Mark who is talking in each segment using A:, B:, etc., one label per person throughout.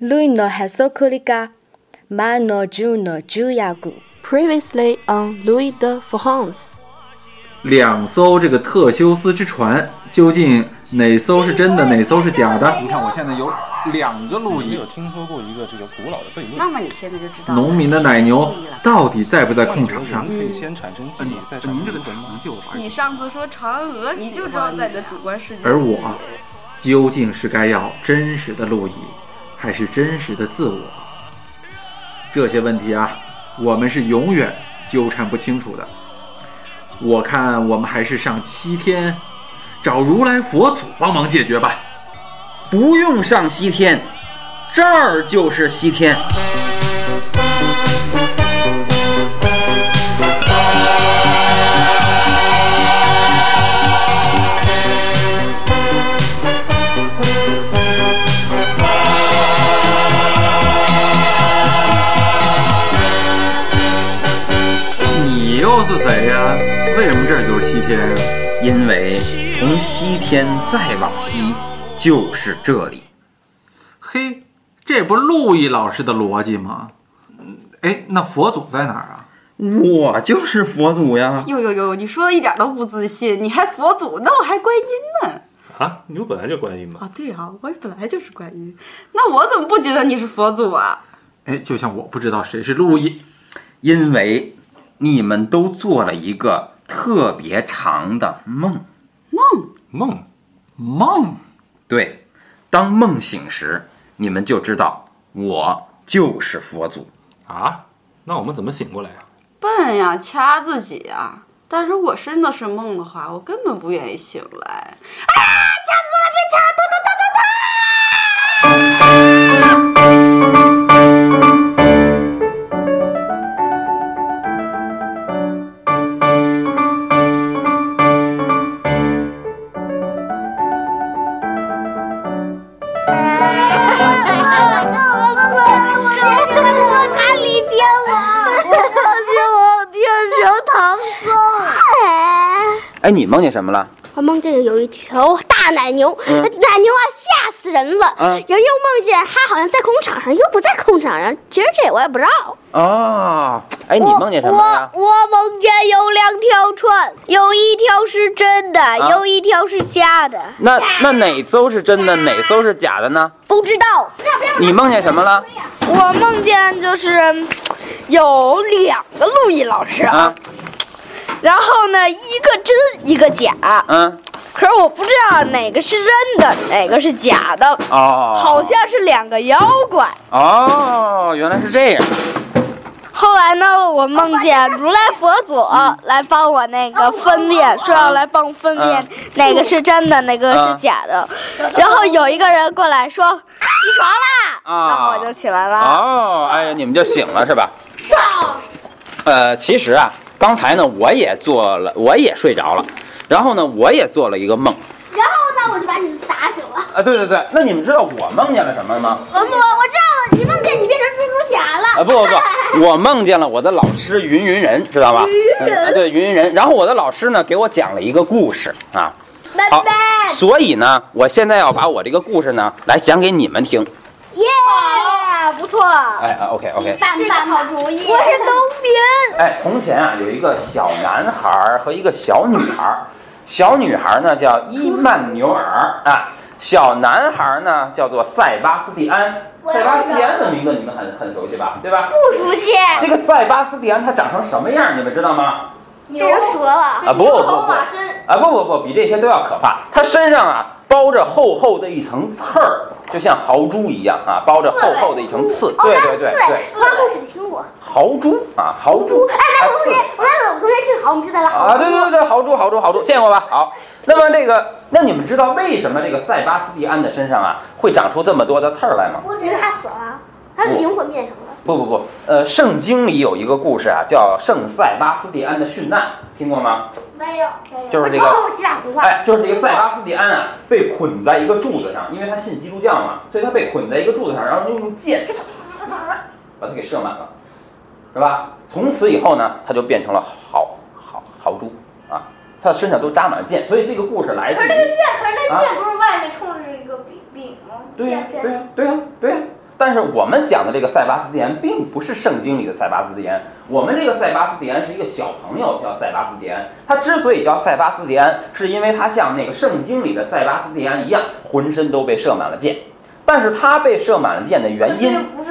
A: Luino Hesokulika, Mano Juno Juyagu。
B: Previously on Louis de France，
C: 两艘这个特修斯之船，究竟哪艘是真的，哪艘是假的？你看，我现在有两个录
D: 我没
C: 音
D: 有。听说过一个这个古老的悖
E: 那
D: 论。
E: 么你现在就知道了
C: 农民的奶牛到底在不在控场上
D: 人？可以先产生记忆，再产
C: 呃您
D: 生
C: 这个
D: 灵魂吗？
C: 救了吧？
F: 你上次说嫦娥，你就知道在你的主观世界。
C: 而我，究竟是该要真实的路易，还是真实的自我？这些问题啊，我们是永远纠缠不清楚的。我看我们还是上西天，找如来佛祖帮忙解决吧。
G: 不用上西天，这儿就是西天。
C: 你又是谁呀、为什么这儿就是西天呀、
G: 因为从西天再往西就是这里。
C: 嘿，这不路易老师的逻辑吗？嗯，哎，那佛祖在哪儿啊？
G: 我就是佛祖呀！
F: 呦呦呦，你说的一点都不自信，你还佛祖呢，我还观音呢。
H: 啊，你不本来就观音吗？
F: 啊，对啊，我本来就是观音，那我怎么不觉得你是佛祖啊？
C: 哎，就像我不知道谁是路易，
G: 因为你们都做了一个特别长的梦。
D: 梦
C: 梦
G: 对，当梦醒时，你们就知道我就是佛祖。
H: 啊，那我们怎么醒过来啊呀、
F: 笨呀，掐自己呀。但如果真的是梦的话，我根本不愿意醒来。
I: 咖喱天王，天王变成唐僧。
G: 哎，你梦见什么了？
I: 我梦见有一头大奶牛，
G: 嗯
I: 奶牛啊吓死人了。
G: 嗯
I: 然后又梦见它好像在空场上，又不在空场上。其实这我也不知道。
G: 哦，哎，你梦见什么呀？
I: 我梦见有两条船，有一条是真的，
G: 有
I: 一条是假的，
G: 那那哪艘是真的，哪艘是假的呢？
I: 不知道。
G: 你梦见什么了？
I: 我梦见就是嗯有两个陆毅老师
G: 啊，
I: 然后呢，一个真一个假，
G: 嗯，
I: 可是我不知道哪个是真的，哪个是假的，
G: 哦，
I: 好像是两个妖怪。
G: 哦，原来是这样。
I: 后来呢，我梦见如来佛祖来帮我那个分辨，说要来帮我分辨
G: 嗯
I: 哪个是真的，哪个是假的。然后有一个人过来说起床啦，
G: 啊
I: 然后我就起来了。
G: 哦，哎呀，你们就醒了是吧？呃，其实啊，刚才呢我也做了，我也睡着了，然后呢我也做了一个梦。
I: 然后呢，我就把你们打醒了。
G: 啊，对对对，那你们知道我梦见了什么吗？
I: 我我我知道了，你梦见你变成蜘蛛侠了。
G: 啊，不不 不，我梦见了我的老师云云人，知道吧？啊，对，云云人。然后我的老师呢给我讲了一个故事啊，
I: 拜
G: 好，所以呢，我现在要把我这个故事呢来讲给你们听。
I: 耶，不错，
G: 哎啊，OK OK。
I: 是个好主意。我是东平，
G: 哎，从前啊，有一个小男孩儿和一个小女孩儿，小女孩儿呢叫伊曼纽尔啊，小男孩儿呢叫做塞巴斯蒂安。塞巴斯蒂安的名字你们很很熟悉吧？对吧？
I: 不熟悉，
G: 这个塞巴斯蒂安他长成什么样，你们知道吗？
I: 变成蛇了。
G: 啊，不不不不，啊不不不，比这些都要可怕。他身上啊包着厚厚的一层刺儿，就像豪猪一样啊，包着厚厚的一层
I: 哦
G: 刺。对对对对，
I: 妈故事听过。
G: 豪猪啊，豪猪。
I: 哎，
G: 啊
I: 那同
G: 刺
I: 学，我让我们同学姓好，我们知道了。
G: 啊，对对对对，豪猪豪猪豪猪，见过吧？好，那么这个，那你们知道为什么这个塞巴斯蒂安的身上啊会长出这么多的刺儿来吗？
I: 我觉得他死了，他的灵魂变什么了？
G: 不不不，呃，圣经里有一个故事啊，叫圣塞巴斯蒂安的殉难，听过吗？
I: 没有，哦
G: 就是这个
I: 我希腊童话。
G: 哎，就是这个塞巴斯蒂安啊，被捆在一个柱子上，因为他信基督教嘛，所以他被捆在一个柱子上，然后用箭把他给射满了，是吧？从此以后呢，他就变成了豪豪豪猪啊，他身上都扎满了箭，所以这个故事来自于
I: 可是
G: 那
I: 不是外面冲着一个饼饼吗
G: 对呀、对呀、对呀、对呀、但是我们讲的这个塞巴斯蒂安并不是圣经里的塞巴斯蒂安，我们这个塞巴斯蒂安是一个小朋友叫塞巴斯蒂安，他之所以叫塞巴斯蒂安，是因为他像那个圣经里的塞巴斯蒂安一样，浑身都被射满了箭。但是他被射满了箭的原因，
I: 不是，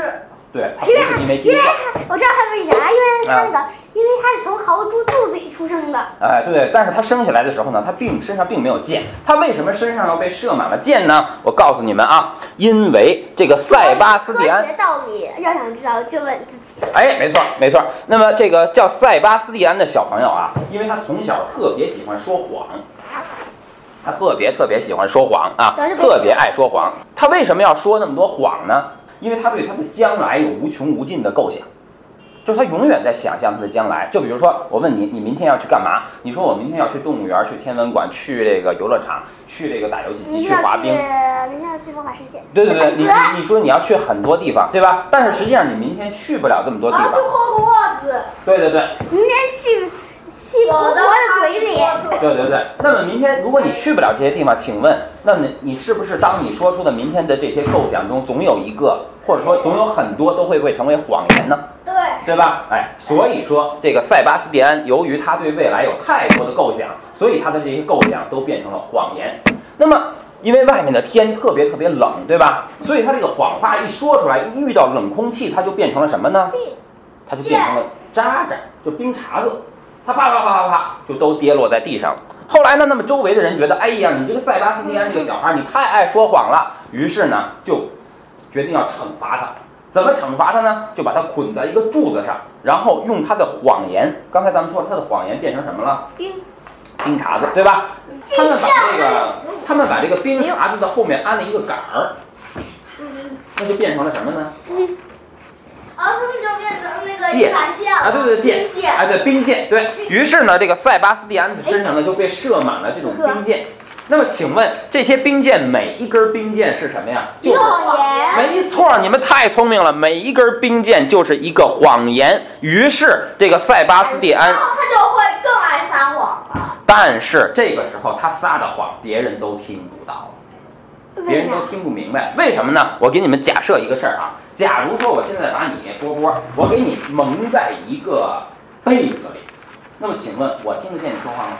G: 对，他不是因为基督教。
I: 我知道他为啥，因为他那
G: 啊
I: 个，因为他是从豪猪肚子里出生的。
G: 哎，对，但是他生下来的时候呢，他并身上并没有箭，他为什么身上要被射满了箭呢？我告诉你们啊，因为这个塞巴斯蒂安
I: 科学道理要想知道就问自己。
G: 哎，没错，没错。那么这个叫塞巴斯蒂安的小朋友啊，因为他从小特别喜欢说谎，他特别特别喜欢说谎啊，特别爱说谎。他为什么要说那么多谎呢？因为他对他的将来有无穷无尽的构想，就是他永远在想象他的将来。就比如说，我问你，你明天要去干嘛？你说我明天要去动物园、去天文馆、去这个游乐场、去这个打游戏
I: 你
G: 机、
I: 是
G: 去
I: 要
G: 滑
I: 去，
G: 冰。
I: 你是要去魔法世界？
G: 对对对，你
I: 我
G: 你你说你要去很多地方，对吧？但是实际上你明天去不了这么多地
I: 要
G: 方
I: 去。霍格沃兹，
G: 对对对，
I: 明天去去我的嘴里。
G: 对对对，那么明天如果你去不了这些地方，请问，那么你是不是当你说出的明天的这些构想中，总有一个，或者说总有很多都会被成为谎言呢？
I: 对，
G: 对吧？哎，所以说这个塞巴斯蒂安，由于他对未来有太多的构想，所以他的这些构想都变成了谎言。那么，因为外面的天特别特别冷，对吧？所以他这个谎话一说出来，一遇到冷空气，他就变成了什么呢？它就变成了渣渣，就冰碴子，它啪啪啪啪啪就都跌落在地上了。后来呢，那么周围的人觉得，哎呀，你这个塞巴斯蒂安这个小孩，你太爱说谎了，于是呢，就决定要惩罚他。怎么惩罚他呢？就把他捆在一个柱子上，然后用他的谎言。刚才咱们说他的谎言变成什么了？
I: 冰
G: 冰碴子，对吧？他们把这个，他们把这个冰碴子的后面安了一个杆儿，那就变成了什么呢？
I: 然后他们就变成那个
G: 剑
I: 反向
G: 啊，对对对，剑，哎，对，冰箭，对于是呢，这个塞巴斯蒂安的身上呢就被射满了这种冰箭。那么，请问这些冰箭每一根冰箭是什么呀？
I: 一个谎言。
G: 没错，你们太聪明了，每一根冰箭就是一个谎言。于是，这个塞巴斯蒂安
I: 然，后他就会更爱撒谎了。
G: 但是这个时候他撒的谎别人都听不到，别人都听不明白，为什么呢？我给你们假设一个事儿啊，假如说我现在把你波波，我给你蒙在一个被子里，那么请问我听得见你说话吗？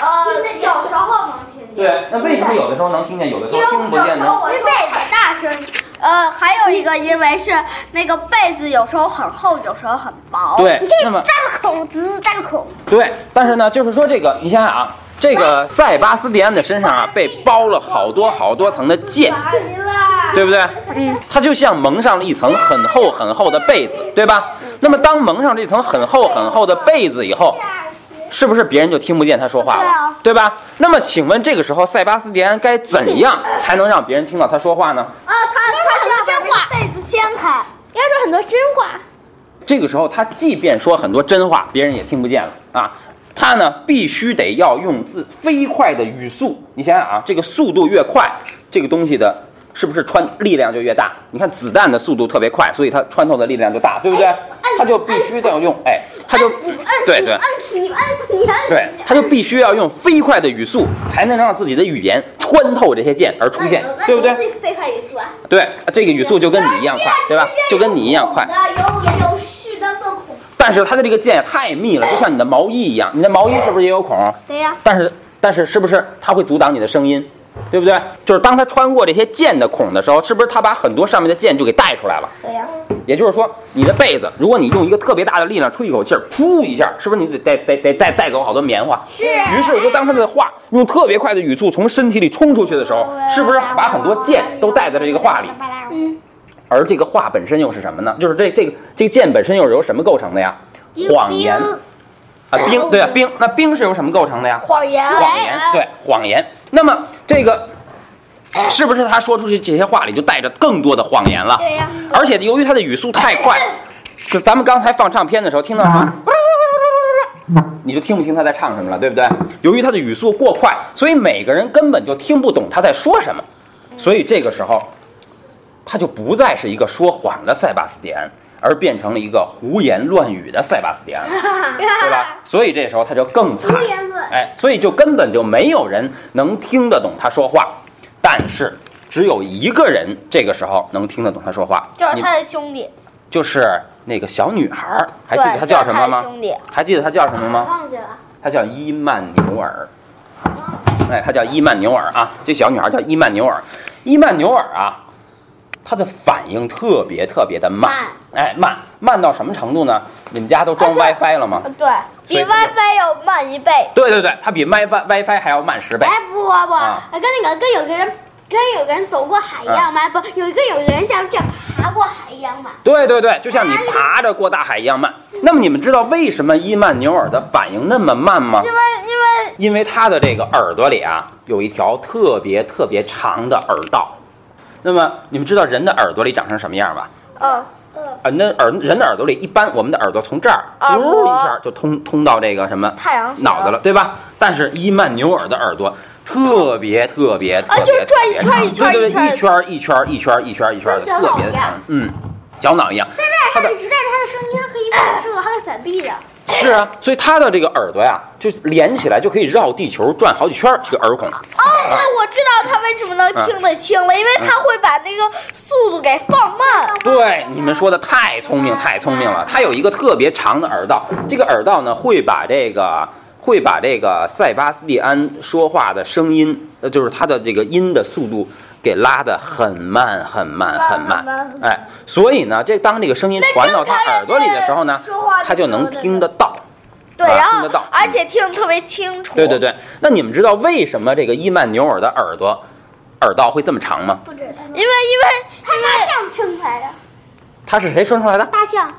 I: 呃，有时候能听见。
G: 对，那为什么有的时候能听见，有的时
I: 因为
G: 候听不
I: 有
G: 见
I: 时候
G: 呢？
I: 我
E: 因为
I: 说
E: 被子大声。呃，还有一个，因为是那个被子有时候很厚，有时候很薄。
G: 对，那么
I: 大孔子大孔，
G: 对，但是呢，就是说这个，你想想啊，这个塞巴斯蒂安的身上啊被包了好多好多层的箭，
I: 你了。
G: 对不对？嗯，它就像蒙上了一层很厚很厚的被子，对吧？那么当蒙上这层很厚很厚的被子以后，是不是别人就听不见他说话了？
E: 对啊
G: 对吧？那么请问这个时候塞巴斯蒂安该怎样才能让别人听到他说话呢？
E: 啊，他他需要把那个被子掀开。
I: 要说很多真话，
G: 这个时候，他即便说很多真话，别人也听不见了啊。他呢，必须得要用自飞快的语速。你想想啊，这个速度越快，这个东西的是不是穿力量就越大？你看子弹的速度特别快，所以它穿透的力量就大，对不对？他就必须得要用，哎，他就对对
I: 摁死你，摁死你，摁死你。
G: 对，他就必须要用飞快的语速，才能让自己的语言穿透这些箭而
I: 哎
G: 出现，对不对？
I: 最飞快语速啊，
G: 对，这个语速就跟你一样快，
I: 哎
G: 对吧？就跟你一样快。
I: 有有适当的孔。
G: 但是它的这个箭也太密了，就像你的毛衣一样，你的毛衣是不是也有孔？
I: 对呀、
G: 但是但是是不是它会阻挡你的声音，对不对？就是当它穿过这些箭的孔的时候，是不是它把很多上面的箭就给带出来了？
I: 对呀、
G: 也就是说，你的被子，如果你用一个特别大的力量吹一口气儿，噗一下，是不是你得带带带带带走好多棉花？是。于是，就当他的话用特别快的语速从身体里冲出去的时候，
I: 啊
G: 是不是把很多箭都带在了这个话里？
I: 嗯，
G: 而这个话本身又是什么呢？就是这这个这个箭本身又是由什么构成的呀？谎言啊，冰对啊，冰那冰是由什么构成的呀？
E: 谎言
G: 谎言对谎言。那么这个是不是他说出去这些话里就带着更多的谎言了？
I: 对呀、
G: 而且由于他的语速太快，就咱们刚才放唱片的时候听到他，你就听不清他在唱什么了，对不对？由于他的语速过快，所以每个人根本就听不懂他在说什么，所以这个时候，他就不再是一个说谎的塞巴斯蒂安，而变成了一个胡言乱语的塞巴斯蒂安了，对
E: 啊
G: 吧？所以这时候他就更惨
I: 胡，言乱
G: 哎，所以就根本就没有人能听得懂他说话。但是只有一个人这个时候能听得懂他说话，
E: 就是
G: 你
E: 他的兄弟，
G: 就是那个小女孩儿，还
E: 对，
G: 记
E: 就是
G: 得她叫什么
E: 他的
G: 吗？
E: 兄弟，
G: 还记得她叫什么吗？
I: 忘记了，
G: 她叫伊曼纽尔。哎，她叫伊曼纽尔啊，这小女孩叫伊曼纽尔。伊曼纽尔啊，她的反应特别特别的慢，
I: 慢
G: 哎，慢慢到什么程度呢？你们家都装
E: 啊这
G: WiFi 了吗？
E: 对比
G: 谁
E: WiFi 要慢一倍。
G: 对对对，它比 WiFi WiFi 还要慢十倍。
I: 哎不不，
G: 啊
I: 跟那个跟有个人跟有个人走过海一样吗？不，有一个有个人像这样爬过海一样吗？
G: 对对对，就像你爬着过大海一样慢。那么你们知道为什么伊曼纽尔的反应那么慢吗？因为因为因为他的这个耳朵里啊有一条特别特别长的耳道。那么你们知道人的耳朵里长成什么样吧？
E: 嗯，
G: 啊，那耳人的耳朵里一般我们的耳朵从这儿
E: 耳朵
G: 呜一下就通通到这个什么
E: 啊太阳穴
G: 脑袋了，对吧？但是伊曼纽尔的耳朵特别特别特
E: 啊就
G: 别
E: 是
G: 特别
E: 转
G: 长，
E: 一圈儿
G: 对对
E: 一圈儿
G: 对，一圈儿一圈儿一圈儿一圈儿一圈儿的，
I: 跟小
G: 特
I: 脑
G: 别
I: 一样
G: 长，嗯，小脑一样。
I: 但是实在是他的声音，它可以反射，还可以反避的。
G: 是啊，所以它的这个耳朵呀，就连起来就可以绕地球转好几圈儿，这个耳孔。
E: 哦，对，我知道他为什么能听得清了，因为他会把那个速度给放慢。
G: 对，你们说的太聪明，太聪明了。它有一个特别长的耳道，这个耳道呢会把这个会把这个塞巴斯蒂安说话的声音，呃，就是他的这个音的速度给拉得很慢，很慢，很慢。哎，所以呢，这当这个声音传到他耳朵里的时候呢，他就能听得到。
E: 对，
G: 啊
E: 然
G: 听得
E: 后
G: 到
E: 而且听得特别清楚。
G: 对对对，那你们知道为什么这个伊曼纽尔的耳朵耳道会这么长吗？
I: 不知道，
E: 因为因为
I: 它大象生出来的，
G: 它是谁生出来的？
I: 大象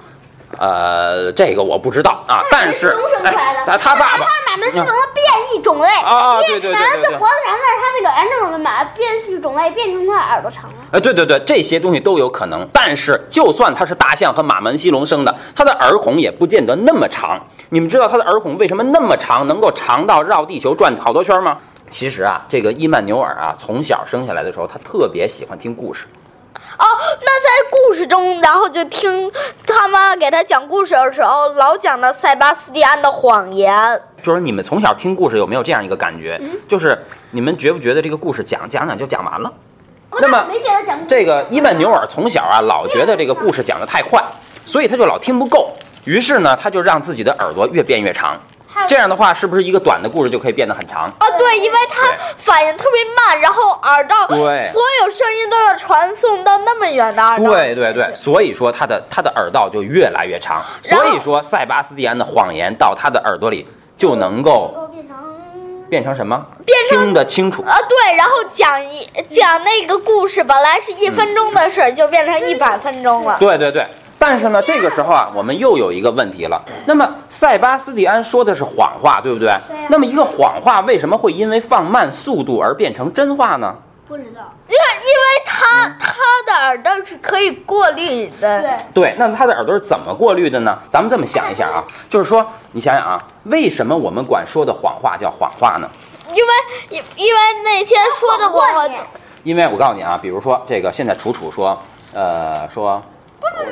G: 呃，这个我不知道啊，但 是
I: 它是从生出来的
G: 哎，他爸爸
I: 它是马门氏龙的变异种类。
G: 啊，对对对
I: 然后
G: 对
I: 是
G: 对
I: 脖，子长，但是它那个完整的马变异种类变成它的耳朵长了。
G: 呃，对对对，这些东西都有可能。但是，就算它是大象和马门溪龙生的，它的耳孔也不见得那么长。你们知道它的耳孔为什么那么长，能够长到绕地球转好多圈吗？其实啊，这个伊曼纽尔啊，从小生下来的时候，他特别喜欢听故事。
E: 哦，那在故事中，然后就听他妈给他讲故事的时候，老讲到塞巴斯蒂安的谎言。哦
G: 就是你们从小听故事有没有这样一个感觉？就是你们觉不觉得这个故事讲讲讲就讲完了？
I: 我
G: 那么
I: 咋没觉得讲故事
G: 这个伊曼纽尔从小啊，老觉得这个故事讲得太快，所以他就老听不够。于是呢，他就让自己的耳朵越变越长。这样的话，是不是一个短的故事就可以变得很长？
E: 哦，对，因为他
G: 对
E: 反应特别慢，然后耳道
G: 对
E: 所有声音都要传送到那么远的耳道。
G: 对对对，，所以说他的他的耳道就越来越长。
E: 然后
G: 所以说，塞巴斯蒂安的谎言到他的耳朵里就能够
I: 都变成
G: 变成什么？
E: 变成
G: 听得清楚。
E: 啊，对，然后讲一讲那个故事，本来是一分钟的事儿，就变成一百分钟了。
G: 对对对，但是呢，这个时候啊，我们又有一个问题了。那么塞巴斯蒂安说的是谎话，对不对？
I: 对啊
G: 那么一个谎话为什么会因为放慢速度而变成真话呢？
I: 不知道。
E: 因为因为他他的耳道是可以过滤的，
I: 对，
G: 对，那他的耳朵是怎么过滤的呢？咱们这么想一想啊，就是说，你想想啊，为什么我们管说的谎话叫谎话呢？
E: 因为因因为那些说的
I: 过
E: 谎话
I: 你，
G: 因为我告诉你啊，比如说这个现在楚楚说，呃，说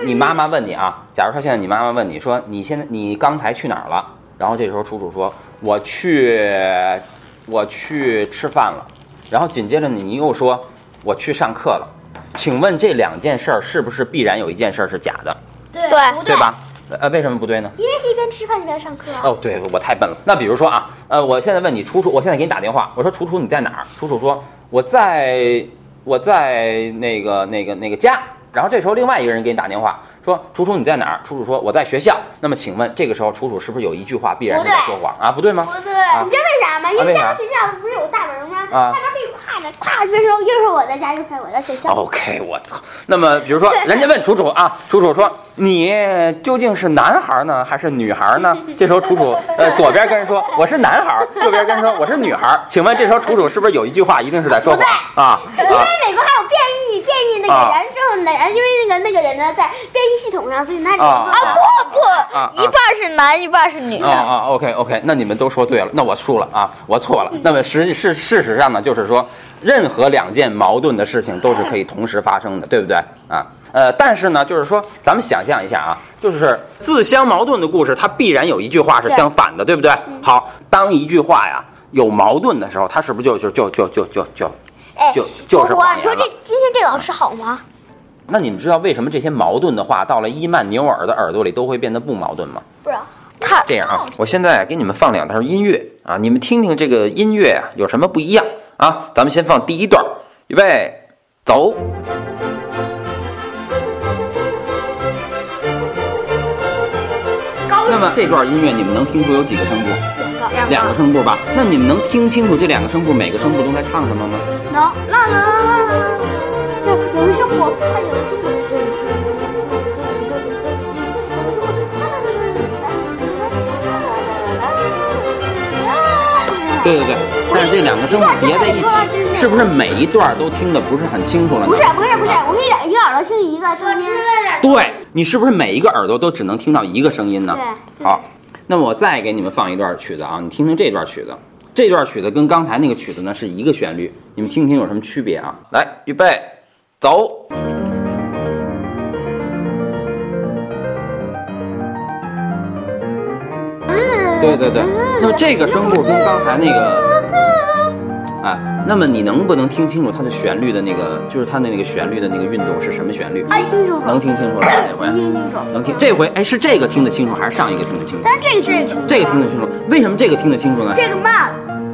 G: 你妈妈问你啊，假如说现在你妈妈问你说你现在你刚才去哪儿了？然后这时候楚楚说我去我去吃饭了，然后紧接着你又说我去上课了，请问这两件事儿是不是必然有一件事儿是假的，
I: 对
E: 对
I: 不
G: 对吧？呃，为什么不对呢？
I: 因为是一边吃饭一边上课啊。
G: 哦，对，我太笨了。那比如说啊，呃，我现在问你楚楚，我现在给你打电话，我说楚楚你在哪儿？楚楚说我在我在那个那个那个家。然后这时候另外一个人给你打电话说楚楚你在哪儿？楚楚说我在学校。那么请问这个时候楚楚是不是有一句话必然是在
I: 不对
G: 说谎啊？不对吗？
I: 不对，
G: 啊
I: 你知道为啥吗？因
G: 啊为
I: 为
G: 啥
I: 家和学校不是有大门吗？
G: 啊
I: 大门可以跨着，跨着边说，又是我在家，又是我在学校。
G: OK，我操。那么比如 说，人家问楚楚啊，楚楚说你究竟是男孩呢还是女孩呢？ 这时候楚楚呃左边跟人说我是男孩，右边跟人说我是女孩。请问这时候楚楚是不是有一句话一定是在说谎啊？
I: 因为
G: 啊
I: 美国还有变异变异那个
G: 啊
I: 人之后呢，然后因为那个那个人呢在变异系统上，所以他
G: 啊
I: 只能
G: 啊
I: 说
E: 不
G: 啊
E: 不，一半是男，一半是女。
G: 啊啊，OK OK，那你们都说对了，那我输了啊，我错
I: 嗯
G: 了。那么实际事事实上呢，就是说，任何两件矛盾的事情都是
I: 嗯
G: 可以同时发生的，对不对啊？呃，但是呢，就是说，咱们想象一下啊，就是自相矛盾的故事，它必然有一句话是相反的，对不
I: 嗯
G: 对？好，当一句话呀有矛盾的时候，它是不是就就就就就就就
I: 哎，
G: 就就是
I: 我
G: 谎言
I: 你说这
G: 了。
I: 今天这老师好吗？
G: 那你们知道为什么这些矛盾的话到了伊曼纽尔的耳朵里都会变得不矛盾吗？
I: 不知道。
G: 这样啊，我现在给你们放两段音乐啊，你们听听这个音乐啊有什么不一样啊？咱们先放第一段，预备，走。那么这段音乐你们能听出有几个声部？两个声部吧。那你们能听清楚这两个声部每个声部都在唱什么吗？
I: 能，啦啦啦啦啦。对，有一声我看有一声我。
G: 对对对，但是这两个声部叠在一起，是不是每一段都听得不是很清楚了呢？
I: 不是不是不是，我给你一个耳朵听一个声音。
G: 对你是不是每一个耳朵都只能听到一个声音呢？
I: 对
G: 好，那么我再给你们放一段曲子啊，你听听这段曲子。这段曲子跟刚才那个曲子呢是一个旋律，你们听听有什么区别啊？来，预备，走。对对对，那么这个声部跟刚才那个，啊，那么你能不能听清楚它的旋律的那个，就是它的那个旋律的那个运动是什么旋律？
I: 能哎听清楚，
G: 能听清楚了，这回
I: 听清楚。
G: 能听。这回哎，是这个听得清楚，还是上一个听得清楚？
I: 但是这个这个
G: 这个听得清楚，为什么这个听得清楚呢？
I: 这个慢，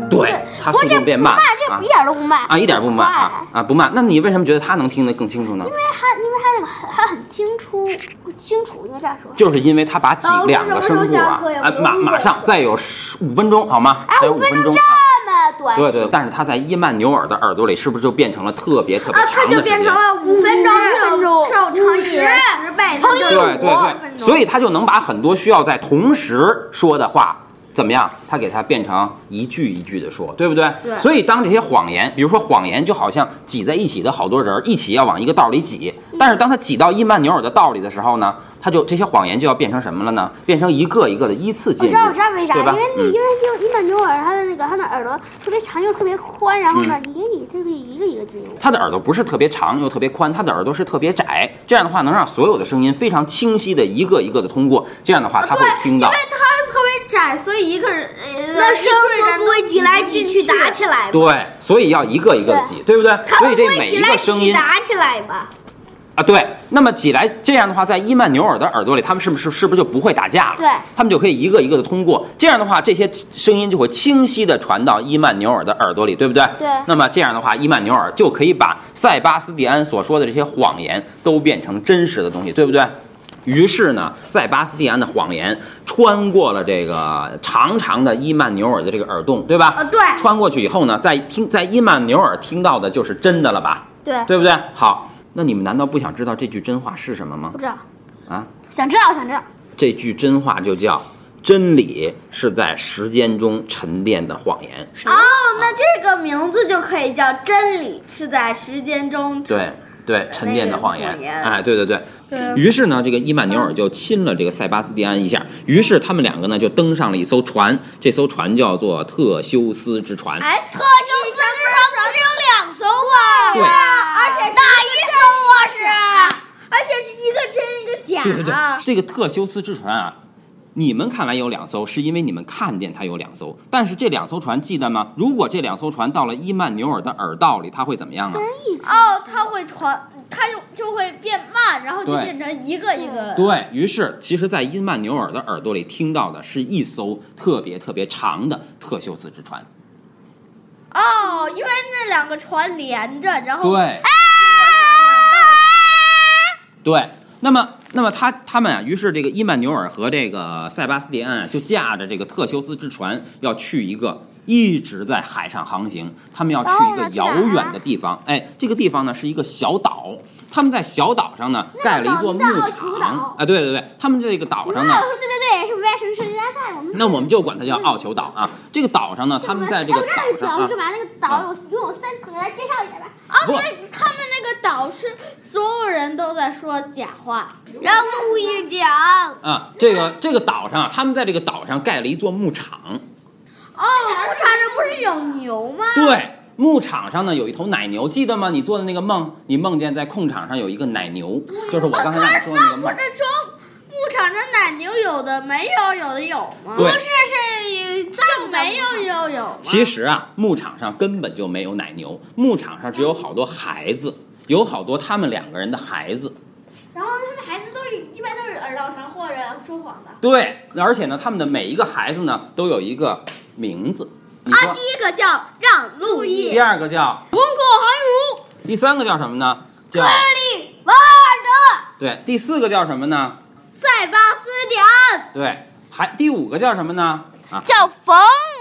G: 对，它速度变慢
I: 慢这
G: 啊
I: 一点都不慢
G: 啊，一点不慢啊啊不慢。那你为什么觉得它能听得更清楚呢？
I: 因为它因为它那个很它很清楚清楚，应该这样说。
G: 就是因为它把几
I: 老师
G: 两个声部啊
I: 什么时候下课呀，
G: 哎
I: 哦我哎
G: 马
I: 都
G: 马上再有十五分钟好吗？再有五分钟啊。
I: 这么短，
G: 对对，但是它在伊曼纽尔的耳朵里是不是就变成了特别特别
I: 啊，它
G: 长的
I: 就
G: 时
I: 变
G: 间？
I: 成了五分钟，分钟，乘以十倍，乘以
G: 对对对，所
I: 以
G: 以他就能把很多需要在同时说的话，怎么样？他给它变成一句一句的说，对不对？对所以当这些谎言，比如说谎言，就好像挤在一起的好多人儿一起要往一个道里挤，
I: 嗯
G: 但是当他挤到伊曼纽尔的道里的时候呢，他就这些谎言就要变成什么了呢？变成一个一个的依次
I: 我
G: 进
I: 知
G: 入
I: 道，我知道为啥，
G: 对
I: 因
G: 吧
I: 为那
G: 嗯
I: 因为因为伊曼纽尔它的那个它的耳朵特别长又特别宽，然后呢，
G: 嗯
I: 一个一个一个一个进入。
G: 他的耳朵不是特别长又特别宽，他的耳朵是特别窄，这样的话能让所有的声音非常清晰的一个一个的通过，这样的话他
I: 啊
G: 会听到。
F: 它特别窄，所以一个人呃
E: 那
F: 一
E: 声
F: 队
E: 会
F: 人
E: 不
F: 都
E: 会挤来挤去打起来？
G: 对，所以要一个一个的挤，对不对？所以这每一
E: 挤来
G: 个
E: 挤
G: 声
E: 去
G: 音
E: 打起来吧。
G: 啊，对。那么挤来这样的话，在伊曼纽尔的耳朵里，他们是不是是不是就不会打架了？
I: 对，
G: 他们就可以一个一个的通过。这样的话，这些声音就会清晰的传到伊曼纽尔的耳朵里，对不对？
I: 对
G: 那么这样的话，伊曼纽尔就可以把塞巴斯蒂安所说的这些谎言都变成真实的东西，对不对？于是呢，塞巴斯蒂安的谎言穿过了这个长长的伊曼纽尔的这个耳洞，对吧？
I: 哦
E: 啊对
G: 穿过去以后呢，在听在伊曼纽尔听到的就是真的了吧？
I: 对，
G: 对不对？好，那你们难道不想知道这句真话是什么吗
I: 不？知道，
G: 啊，
I: 想知道想知道。
G: 这句真话就叫“真理是在时间中沉淀的谎言
E: 哦，那这个名字就可以叫真理是在时间中”。
G: 对。对，沉淀的谎言
E: 那个是谎言，
G: 哎，对对对。于是呢，这个伊曼纽尔就亲了这个塞巴斯蒂安一下。于是他们两个呢就登上了一艘船，这艘船叫做特修斯之船。
E: 哎，特修斯之船不是有两艘吗？
I: 啊
G: 对
E: 而且哪一艘啊是？而且是一个真一个啊假。
G: 对对对，
I: 啊
G: 这个特修斯之船啊，你们看来有两艘，是因为你们看见它有两艘，但是这两艘船记得吗？如果这两艘船到了伊曼纽尔的耳道里，它会怎么样啊？
E: 哦，它会传，它就就会变慢，然后就
G: 对
E: 变成一个一
I: 嗯
E: 个。
G: 对于是，其实，在伊曼纽尔的耳朵里听到的是一艘特别特别长的特修斯之船。
E: 哦，因为那两个船连着，
I: 哦
E: 然后嗯
G: 对，
I: 啊
G: 对，那么那么他他们啊，于是这个伊曼纽尔和这个塞巴斯蒂安啊，就驾着这个特修斯之船要去一个。一直在海上航行，他们要去一个
I: 去哪
G: 遥
I: 儿啊
G: 远的地方。哎，这个地方呢是一个小岛，他们在小岛上呢盖了一座牧
I: 岛叫土
G: 场
I: 岛。
G: 啊，对对对，他们这个岛上呢
I: 那，我说哦对对对，是外省参加赛，我们
G: 那我们就管它叫奥球岛啊。这个岛上呢，他们在这个
I: 那
G: 岛
I: 个
G: 上
I: 岛
G: 啊
I: 是，干嘛？那个岛有拥有三层，给大家介绍一下吧。
E: 啊，
G: 不
E: 那他们那个岛是所有人都在说假话，让路易讲。
G: 啊，这个这个岛上啊，他们在这个岛上盖了一座牧场。
E: 哦，牧场上不是有牛吗？
G: 对，牧场上呢有一头奶牛，记得吗？你做的那个梦，你梦见在空场上有一个奶牛，就是我刚才让你说的那个
E: 我
G: 梦
E: 这。中牧场场上奶牛有的没有，有的有吗？
G: 对
E: 是是，就没有有有吗？
G: 其实啊，牧场上根本就没有奶牛，牧场上只有好多孩子，有好多他们两个人的孩子。
I: 然后他们孩子都是一般都是耳道长或者说谎的。
G: 对，而且呢，他们的每一个孩子呢，都有一个名字。你说，
E: 第一个叫让路易，
G: 第二个叫
E: 文库海姆，
G: 第三个叫什么呢？叫
E: 利瓦尔德，
G: 对，第四个叫什么呢？
E: 塞巴斯蒂安，
G: 对，还第五个叫什么呢？啊，
E: 叫冯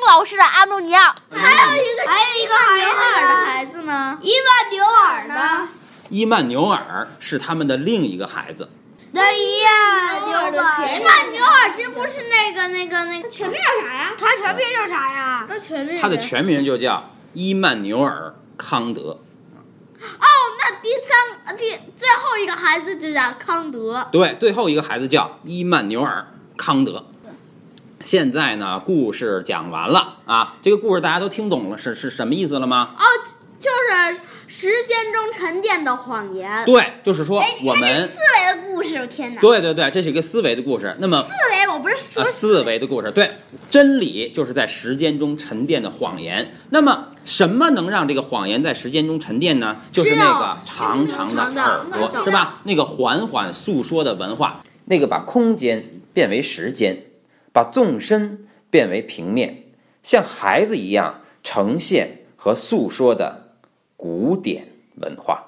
E: 老师的阿诺尼亚，还有一个还有一个牛耳的孩子呢，伊万牛耳呢，
G: 伊曼纽尔是他们的另一个孩子。
E: 那伊万牛耳的前伊万牛耳这不是那个那个那个全名叫啥呀？他全名叫啥呀？他全名
G: 他的全名就叫伊曼纽尔·康德。
E: 哦，那第三第最后一个孩子就叫康德，
G: 对，最后一个孩子叫伊曼纽尔·康德。现在呢，故事讲完了啊，这个故事大家都听懂了是是什么意思了吗？
E: 哦，就是时间中沉淀的谎言。
G: 对，哎就是说我
I: 这
G: 们
I: 是思维的故事，天哪！
G: 对对对，这是一个思维的故事。那么
I: 思维，我不是说
G: 啊，四维的故事，对，真理就是在时间中沉淀的谎言。那么，什么能让这个谎言在时间中沉淀呢？就是那个长长的耳朵，是吧？那个缓缓诉说的文化，那个把空间变为时间，把纵深变为平面，像孩子一样呈现和诉说的古典文化。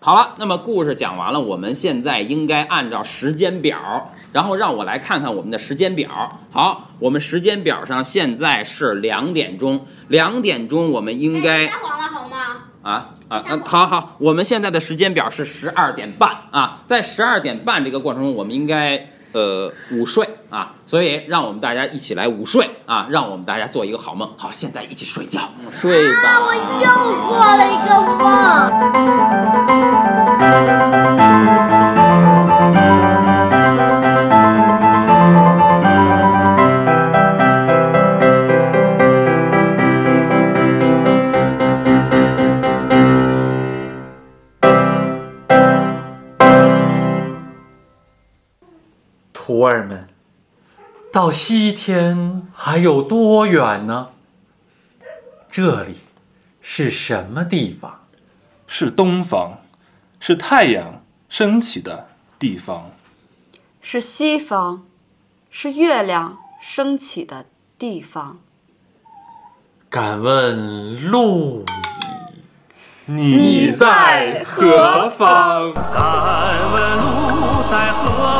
G: 好了，那么故事讲完了，我们现在应该按照时间表，然后让我来看看我们的时间表。好，我们时间表上现在是两点钟，两点钟我们应该
I: 撒谎了好吗？
G: 啊啊啊，好好，哎我们现在的时间表是十二点半啊，在十二点半这个过程中，我们应该呃午睡啊，所以让我们大家一起来午睡啊，让我们大家做一个好梦。好，现在一起睡觉，睡吧。
I: 又做了一个梦。
J: 徒儿们，到西天还有多远呢？这里是什么地方？
H: 是东方，是太阳升起的地方。
F: 是西方，是月亮升起的地方。
J: 敢问路
H: 你在何方？
K: 敢问路在何